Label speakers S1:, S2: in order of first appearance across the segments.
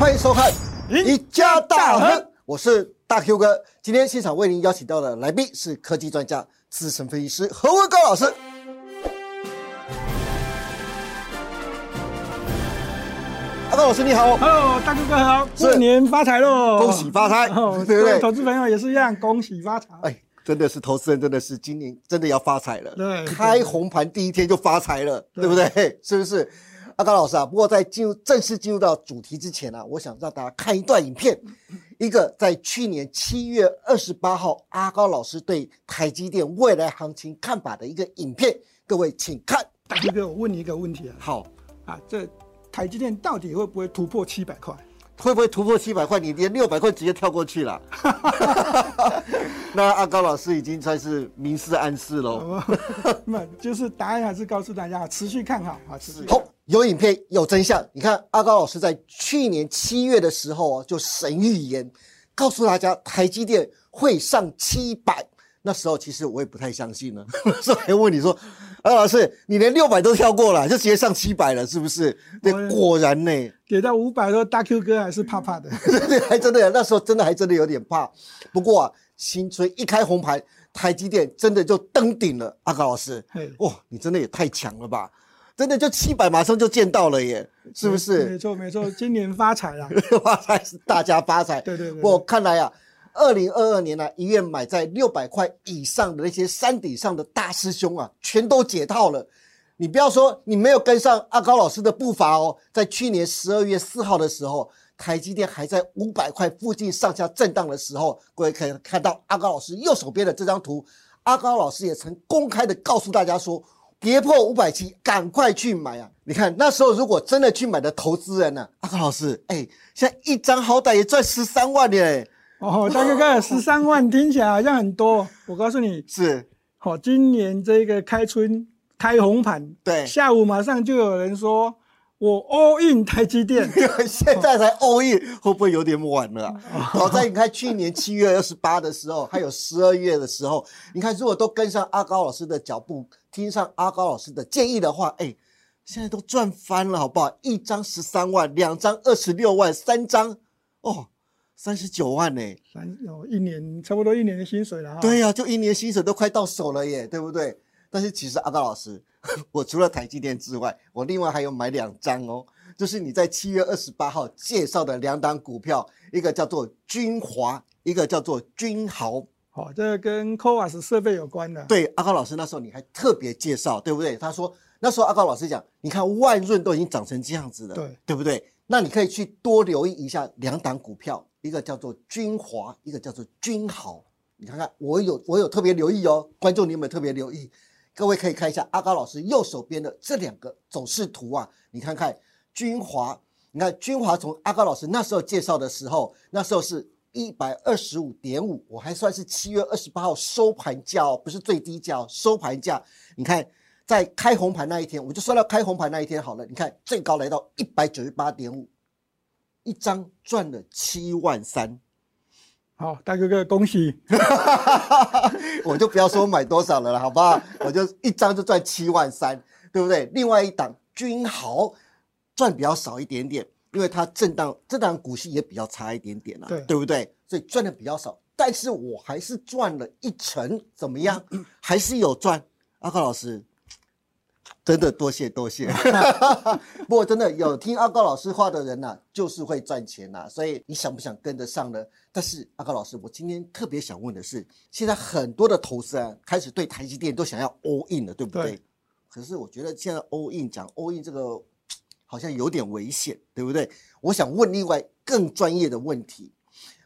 S1: 欢迎收看《
S2: 赢
S1: 一家大亨
S2: 大》亨，
S1: 我是大 Q 哥。今天现场为您邀请到的来宾是科技专家、资深分析师何文高老师。阿高老师你好，
S2: Hello，大哥哥好，
S1: 是
S2: 过年发财喽！
S1: 恭喜发财，
S2: 哦
S1: 对
S2: 各位
S1: 不
S2: 投
S1: 对？
S2: 资朋友也是一样，恭喜发财。
S1: 哎，真的是投资人，真的是今年真的要发财了。
S2: 对
S1: 开红盘第一天就发财了，对
S2: 对
S1: 不对？是不是？阿高老师啊，不过在进入正式进入到主题之前啊，我想让大家看一段影片，一个在去年七月二十八号，阿高老师对台积电未来行情看法的一个影片，各位请看。
S2: 大哥哥，我问你一个问题啊，
S1: 好，
S2: 啊，这台积电到底会不会突破七百块？
S1: 会不会突破七百块？你连六百块直接跳过去了。 那阿高老师已经算是明示暗示喽。
S2: 哦 那就是答案还是告诉大家，持续看好啊，持续看
S1: 好
S2: 好。，
S1: 有影片有真相。你看，阿高老师在去年七月的时候啊，就神预言，告诉大家台积电会上七百。那时候其实我也不太相信呢， 那时候还问你说，阿高老师，你连六百都跳过了，就直接上七百了，是不是？对
S2: 我，也
S1: 果然呢、
S2: 跌到五百多，大 Q 哥还是怕怕的。
S1: 对对，还真的，那时候真的还真的有点怕。不过啊，新春一开红盘，台积电真的就登顶了。阿高老师
S2: 嘿，
S1: 哇，你真的也太强了吧！真的就七百马上就见到了耶，是不
S2: 没
S1: 是？
S2: 错没错，今年发财啊了。
S1: 发财是大家发财。
S2: 对对对对
S1: 我看来啊，二零二二年呢、啊，一月买在六百块以上的那些山顶上的大师兄啊，全都解套了。你不要说你没有跟上阿高老师的步伐哦，在去年十二月四号的时候，台积电还在五百块附近上下震荡的时候，各位可以看到阿高老师右手边的这张图，阿高老师也曾公开的告诉大家说，跌破五百七，赶快去买啊！你看那时候如果真的去买的投资人呢、阿高老师，哎，现在一张好歹也赚十三万耶，
S2: 哦，大哥哥，十三万听起来好像很多，我告诉你，
S1: 是，
S2: 好、今年这个开春开红盘，
S1: 对
S2: 下午马上就有人说我 all in 台 积电，
S1: 现在才 all in，会不会有点晚了、啊？早在你看去年七月二十八的时候，还有十二月的时候，你看如果都跟上阿高老师的脚步，听上阿高老师的建议的话，哎，现在都赚翻了，好不好？一张十三万，两张二十六万，三张哦三十九万呢、
S2: 三有一年差不多一年的薪水了哈。
S1: 对呀、就一年薪水都快到手了耶，对不对？但是其实阿高老师， 我除了台积电之外，我另外还有买两张哦，就是你在七月二十八号介绍的两档股票，一个叫做君华，一个叫做君豪。
S2: 好、这个跟 COAS 设备有关的。
S1: 对，阿高老师那时候你还特别介绍，对不对？他说那时候阿高老师讲，你看万润都已经涨成这样子了，
S2: 对
S1: 对不对？那你可以去多留意一下两档股票，一个叫做君华，一个叫做君豪。你看看，我有我有特别留意哦，观众你有没有特别留意？各位可以看一下阿高老师右手边的这两个走势图啊，你看看君华，你看君华从阿高老师那时候介绍的时候，那时候是一百二十五点五，我还算是七月二十八号收盘价哦，不是最低价哦，收盘价。你看在开红盘那一天，我就算到开红盘那一天好了，你看最高来到一百九十八点五，一张赚了七万三。
S2: 好、大哥哥恭 喜，
S1: 我就不要说买多少了啦，好不好？我就一张就赚七万三，对不对？另外一档君豪赚比较少一点点，因为它震荡，这档股息也比较差一点点啦、
S2: 对
S1: 对不对？所以赚的比较少，但是我还是赚了一成，怎么样？还是有赚。阿高老师，真的多谢多谢。 不过真的有听阿高老师话的人呐、就是会赚钱呐、所以你想不想跟得上呢？但是阿高老师，我今天特别想问的是，现在很多的投资人开始对台积电都想要 all in 了，对不对？
S2: 对
S1: 可是我觉得现在 all in 讲 all in 这个好像有点危险，对不对？我想问另外更专业的问题，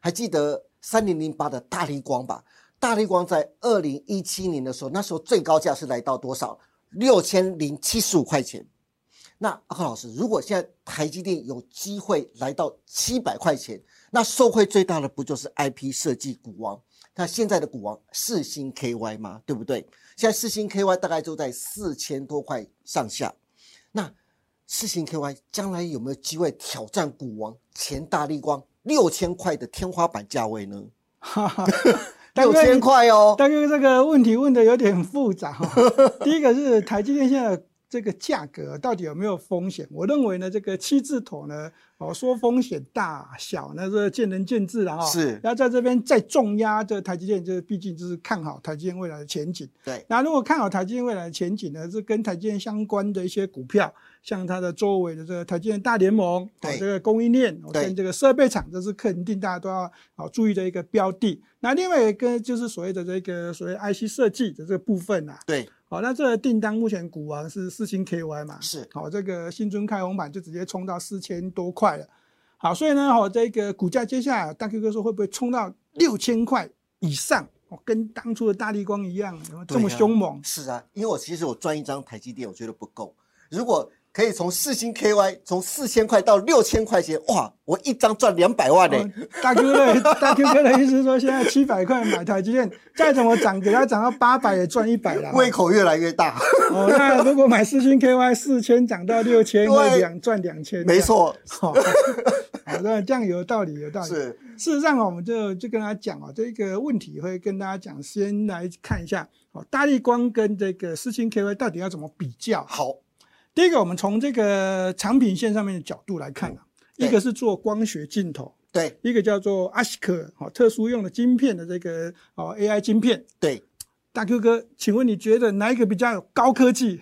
S1: 还记得三零零八的大力光吧？大力光在二零一七年的时候，那时候最高价是来到多少？六千零七十五块钱。那阿康老师，如果现在台积电有机会来到七百块钱，那受惠最大的不就是 IP 设计股王？那现在的股王四星 KY 吗？对不对？现在四星 KY 大概就在四千多块上下。那四星 KY 将来有没有机会挑战股王前大力光六千块的天花板价位呢？
S2: 哈哈。大
S1: 六
S2: 哥哥
S1: 千块哦，
S2: 大哥哥这个问题问的有点复杂、哦。第一个是台积电现在这个价格到底有没有风险？我认为呢，这个七字头呢，哦，说风险大小呢，这见仁见智了哈。
S1: 是
S2: 然后在这边再重压这台积电，这毕竟就是看好台积电未来的前景。
S1: 对，
S2: 那如果看好台积电未来的前景呢，是跟台积电相关的一些股票，像它的周围的这个台积电大联盟，哦
S1: 对，
S2: 这个供应链，哦，
S1: 对
S2: 跟这个设备厂，这是肯定大家都要哦注意的一个标的。那另外一个就是所谓的这个所谓 IC 设计的这个部分啊，
S1: 对，
S2: 好、那这个订单目前股王是四星 KY 嘛，
S1: 是
S2: 好、这个新春开红盘就直接冲到四千多块了。好，所以呢，好、这个股价接下来大 Q 哥说会不会冲到六千块以上？哦，跟当初的大力光一样，有没有这么
S1: 对啊
S2: 凶猛？
S1: 是啊，因为我其实我赚一张台积电，我觉得不够。如果可以从四星 KY 从四千块到六千块钱，哇，我一张赚两百万呢、
S2: 哦大 Q 的大 Q 哥的意思是说，现在七百块买台积电，再怎么涨，给它涨到八百也赚一百了。
S1: 欸胃口越来越大。
S2: 哦，那如果买四星 KY 四千涨到六千，
S1: 对
S2: 两赚两千，
S1: 没。错，
S2: 好，好的，啊这样有道理，有道理。
S1: 是
S2: 事实上，我们就就跟大家讲哦，这个问题会跟大家讲，先来看一下哦，大力光跟这个四星 KY 到底要怎么比较？
S1: 好，
S2: 第一个，我们从这个产品线上面的角度来看啊，
S1: 对
S2: 一个是做光学镜头，
S1: 对
S2: 一个叫做阿西克哦，特殊用的晶片的这个哦 AI 晶片。
S1: 对，
S2: 大 Q 哥，请问你觉得哪一个比较有高科技？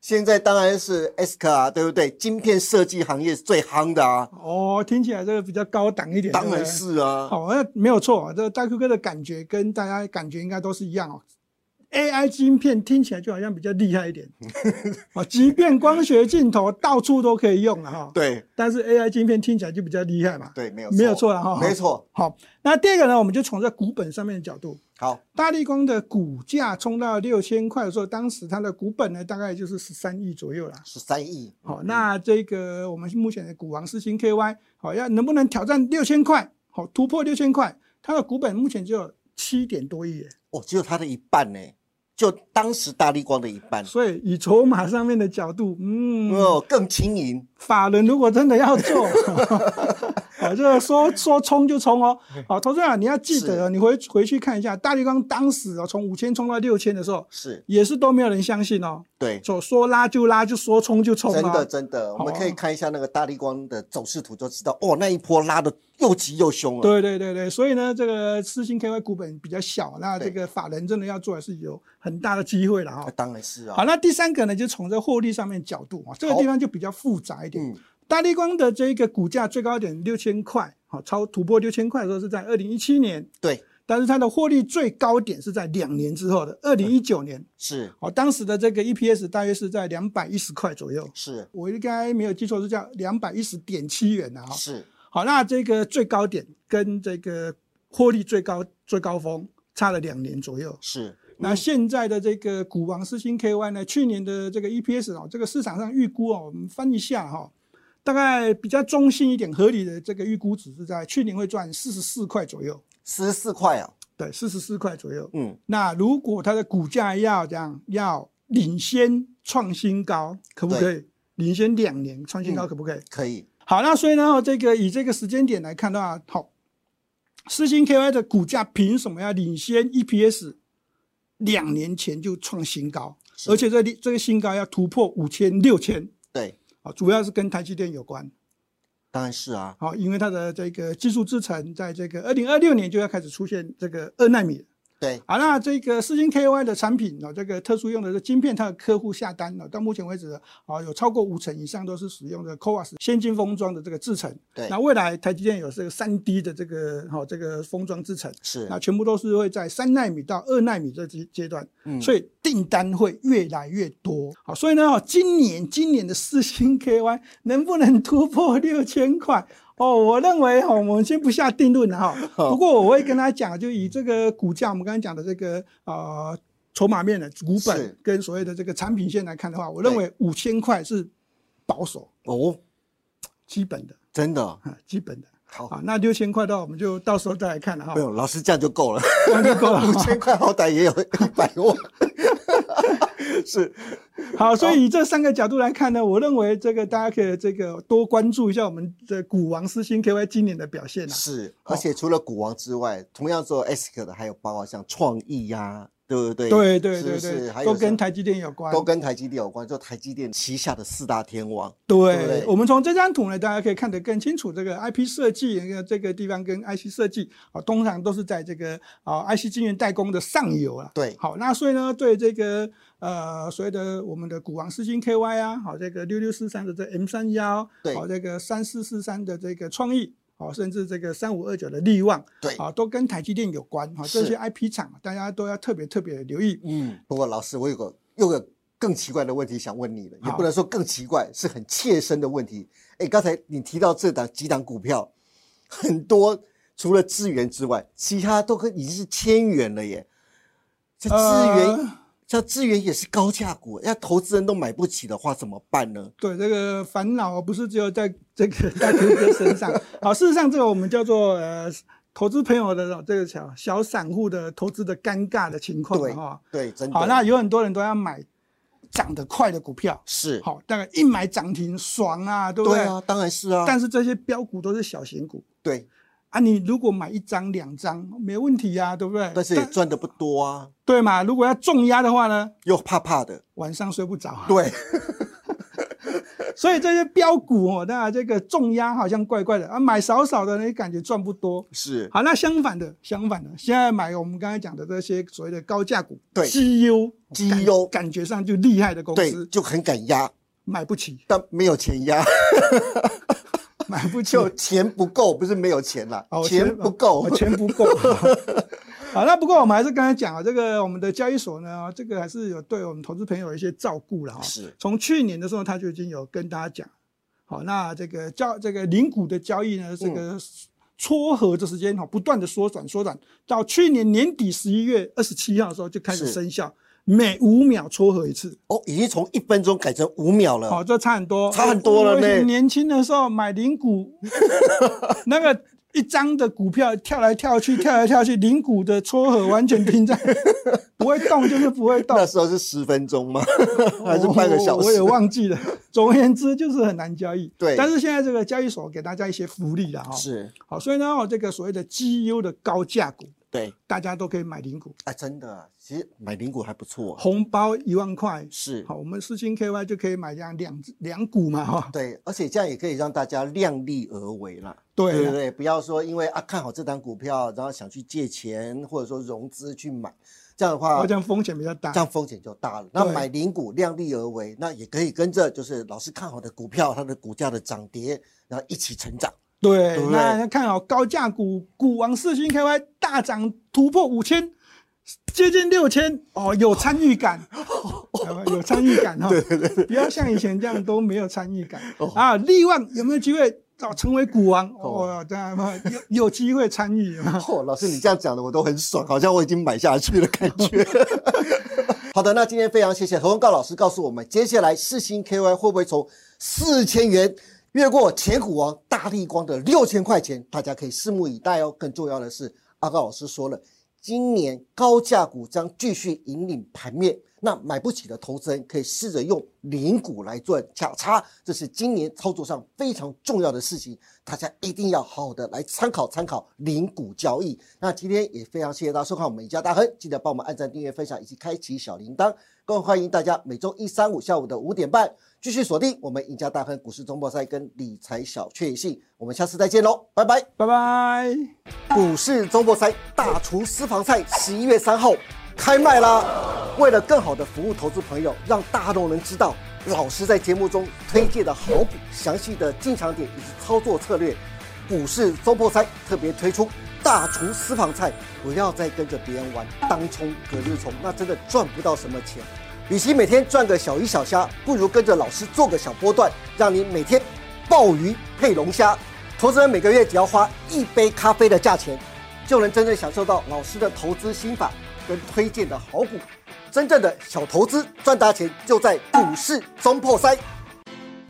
S1: 现在当然是 S 克啊，对不对？晶片设计行业是最夯的啊，
S2: 哦，听起来这个比较高档一点。
S1: 当
S2: 对哦
S1: 然
S2: 不对
S1: 是啊，
S2: 好、那没有错、啊，这大 Q 哥的感觉跟大家感觉应该都是一样哦。AI 晶片听起来就好像比较厉害一点， 哦，即便光学镜头到处都可以用了哈、
S1: 对
S2: 但是 AI 晶片听起来就比较厉害嘛。
S1: 对，没有
S2: 没有错哦了哈、
S1: 没。错。
S2: 好，那第二个呢，我们就从这股本上面的角度，
S1: 好，
S2: 大力光的股价冲到六千块的时候，当时它的股本呢大概就是十三亿左右啦。
S1: 十三亿，
S2: 好、那这个我们目前的股王四星 KY，好、要能不能挑战六千块？好、突破六千块，它的股本目前只有七点多亿耶，
S1: 哦，只有它的一半呢，就当时大力光的一半，
S2: 所以以筹码上面的角度，嗯，
S1: 哦，更轻盈，
S2: 法人如果真的 要做，好，这个说说冲就冲哦。
S1: 嗯
S2: 好，投资人啊你要记得哦，你回回去看一下，大力光当时哦从五千冲到六千的时候，
S1: 是
S2: 也是都没有人相信哦，
S1: 对，
S2: 说说拉就拉，就说冲就冲、啊，
S1: 真的真的，我们
S2: 好
S1: 可以
S2: 啊
S1: 看一下那个大力光的走势图就知道，哦，那一波拉的又急又凶了，
S2: 对对对对，所以呢，这个四星 KY 股本比较小，那
S1: 对
S2: 这个法人真的要做还是有很大的机会了哈
S1: 那。当然 是
S2: 好，
S1: 啊，
S2: 那第三个呢，就从这获利上面角度啊，这个
S1: 好
S2: 地方就比较复杂一点
S1: 嗯。
S2: 大力光的这个股价最高点六千块，好，超突破六千块的时候是在二零一七年，
S1: 对，
S2: 但是它的获利最高点是在两年之后的二零一九年，
S1: 是
S2: 好，当时的这个 EPS 大约是在两百一十块左右，
S1: 是
S2: 我应该没有记错是叫两百一十点七元啊的哈。
S1: 是，
S2: 好，那这个最高点跟这个获利最高最高峰差了两年左右。
S1: 是
S2: 那现在的这个股王四星 KY 呢，去年的这个 EPS 哦，这个市场上预估哦，我们翻一下哈、大概比较中性一点、合理的这个预估值是在去年会赚四十四块左右，
S1: 四十四块啊，
S2: 对，四十四块左右。
S1: 嗯，
S2: 那如果它的股价要这样，要领先创新高，可不可以？领先两年创新高，
S1: 嗯
S2: 可不可以？
S1: 可以，
S2: 好，那所以呢，这个以这个时间点来看的话，好，四星 KY 的股价凭什么要领先 EPS 两年前就创新高，
S1: 是
S2: 而且这里这个新高要突破五千六千
S1: 对，
S2: 啊，主要是跟台积电有关。
S1: 当然是啊，
S2: 好，因为它的这个技术制程在这个二零二六年就要开始出现这个二纳米。
S1: 对，
S2: 好，那这个四星 KY 的产品哦，这个特殊用的这晶片，它的客户下单哦，到目前为止啊，有超过五成以上都是使用的 CoWAS 先进封装的这个制程。
S1: 对
S2: 那未来台积电有这个三 D 的这个好、哦、这个封装制程，
S1: 是
S2: 那全部都是会在三纳米到二纳米这阶阶段，
S1: 嗯
S2: 所以订单会越来越多。好，所以呢，哦今年今年的四星 KY 能不能突破六千块？哦，我认为哈、哦，我们先不下定论了哈、
S1: 好
S2: 不过我会跟他讲，就以这个股价，我们刚刚讲的这个呃筹码面的股
S1: 是
S2: 本跟所谓的这个产品线来看的话，我认为五千块是保守
S1: 哦，
S2: 基本的
S1: 真的
S2: 啊，基本的。
S1: 好，
S2: 啊，那六千块的话，我们就到时候再来看了哈
S1: 没。有，老师这样就够了。
S2: 这样就够了
S1: 五千块好歹也有一百 万，是
S2: 好，所以以这三个角度来看呢，我认为这个大家可以这个多关注一下我们的股王四星 KY 今年的表现啊。
S1: 是，而且除了股王之外，同样做 S 克的还有包括像创意呀、对不对？
S2: 对对
S1: 是
S2: 对
S1: 不是还
S2: 对，
S1: 有什
S2: 都
S1: 么
S2: 跟台积电有关，
S1: 都跟台积电有关，就台积电旗下的四大天王。对不对
S2: 对，我们从这张图呢，大家可以看得更清楚，这个 IP 设计呃这个地方跟 IC 设计啊，通常都是在这个啊 IC 晶圆代工的上游啊。
S1: 对
S2: 好，那所以呢，对这个呃所谓的我们的股王四星 KY 啊，好这个六六四三的这 M 三幺，
S1: 对
S2: 好这个三四四三的这个创意。好，甚至这个三五二九的力旺，
S1: 对
S2: 啊，都跟台积电有关，哈，这
S1: 是
S2: 些 IP 厂大家都要特别特别地留意。
S1: 嗯，不过老师，我有个又有个更奇怪的问题想问你了，也
S2: 好
S1: 不能说更奇怪，是很切身的问题。哎，刚才你提到这档几档股票，很多除了资源之外，其他都跟已经是千元了耶。这资源，
S2: 呃
S1: 这资源也是高价股，要投资人都买不起的话怎么办呢？
S2: 对，这个烦恼不是只有在这个在图哥身上。好，事实上这个我们叫做呃投资朋友的这个小小散户的投资的尴尬的情况
S1: 对
S2: 哈。
S1: 对，真的。
S2: 好，那有很多人都要买涨得快的股票，
S1: 是，
S2: 好，大概一买涨停爽啊，对不
S1: 对
S2: 对？
S1: 啊，当然是啊。
S2: 但是这些标股都是小型股
S1: 对，
S2: 啊，你如果买一张两张没问题呀、对不对？
S1: 但是也赚的不多啊，
S2: 对嘛，如果要重压的话呢，
S1: 又怕怕的。
S2: 晚上睡不着、啊。
S1: 对，
S2: 所以这些标股哦，那这个重压好像怪怪的啊，买少少的呢，也感觉赚不多。
S1: 是，
S2: 好，那相反的，相反的，现在买我们刚才讲的这些所谓的高价股，
S1: 对
S2: 绩优，
S1: 绩优
S2: 感感觉上就厉害的公
S1: 对，
S2: 司，
S1: 就很敢压，
S2: 买不起，
S1: 但没有钱压。
S2: 买不起，
S1: 就钱不够，不是没有钱啦，
S2: 哦
S1: 钱不够
S2: 哦，钱不 够。好，那不过我们还是刚才讲啊，这个我们的交易所呢，哦这个还是有对我们投资朋友有一些照顾了哈。
S1: 是
S2: 从去年的时候，他就已经有跟大家讲，好，那这个交这个零股的交易呢，这个
S1: 嗯
S2: 撮合的时间哦哈，不断的缩短缩短，到去年年底十一月二十七号的时候就开始
S1: 是
S2: 生效，每五秒撮合一次，
S1: 哦，已经从一分钟改成五秒
S2: 好，
S1: 了，
S2: 这差很多，
S1: 差很多了呢
S2: 我以前年轻的时候买零股，那个一张的股票跳来跳去，跳来跳去，零股的撮合完 全停在，不会动就是不会动哦
S1: 那，时候是十分钟吗？ 还是半个小
S2: 我我也
S1: 时？
S2: 忘记了。总而言之，就是很难交易。
S1: 对
S2: 但是现在这个交易所给大家一些福利了哈、
S1: 是，
S2: 好，所以呢，哦这个所谓的绩优的高价股，
S1: 对，
S2: 大家都可以买零股，
S1: 啊，真的啊，其实买零股还不错啊，
S2: 红包一万块。
S1: 是，
S2: 好，我们四星 KY 就可以买这样两两股嘛哈、
S1: 对，而且这样也可以让大家量力而为啦，
S2: 对啊
S1: 对不对？不要说因为啊看好这档股票，然后想去借钱或者说融资去买，这样的话
S2: 好，像风险比较大
S1: 这。样风险就大了。那
S2: 对
S1: 买零股量力而为，那也可以跟着就是老师看好的股票，它的股价的涨跌，然后一起成长。
S2: 对
S1: 对，不
S2: 那看好高价股，股王四星 KY 大涨突破五千，接近六千，哦，有参与 感，有有参与感哈、哦，对对对，不要像以前这样都没有参与感、啊。力旺有没有机会哦成为股王？哦，这样嘛有有机会参与嘛？
S1: 哦， 老师，你这样讲的我都很爽，好像我已经买下去的感觉。 好的，那今天非常谢谢何文告老师告诉我们，接下来世新 KY 会不会从四千元越过前股王大力光的六千块钱？大家可以拭目以待哦。更重要的是，阿高老师说了，今年高价股将继续引领盘面，那买不起的投资人可以试着用零股来做价差，这是今年操作上非常重要的事情，大家一定要好好的来参考参考零股交易。那今天也非常谢谢大家收看我们赢家大亨，记得帮我们按赞、订阅、分享以及开启小铃铛，更欢迎大家每周一、三、五下午的五点半继续锁定我们赢家大亨股市中破赛跟理财小确幸，我们下次再见喽，拜拜。
S2: 拜拜。
S1: 股市周末赛大厨私房菜十一月三号开卖啦！为了更好的服务投资朋友，让大众能知道老师在节目中推荐的好股、详细的进场点以及操作策略，股市周末赛特别推出大厨私房菜，不要再跟着别人玩当冲、隔日冲，那真的赚不到什么钱。与其每天赚个小鱼小虾，不如跟着老师做个小波段，让你每天鲍鱼配龙虾。投资人每个月只要花一杯咖啡的价钱，就能真正享受到老师的投资心法跟推荐的好股。真正的小投资赚大钱，就在股市中破塞。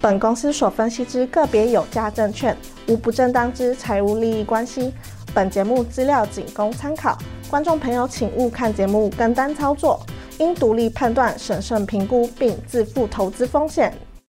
S3: 本公司所分析之个别有价证券，无不正当之财务利益关系。本节目资料仅供参考，观众朋友请勿看节目跟单操作，应独立判断、审慎评估并自负投资风险。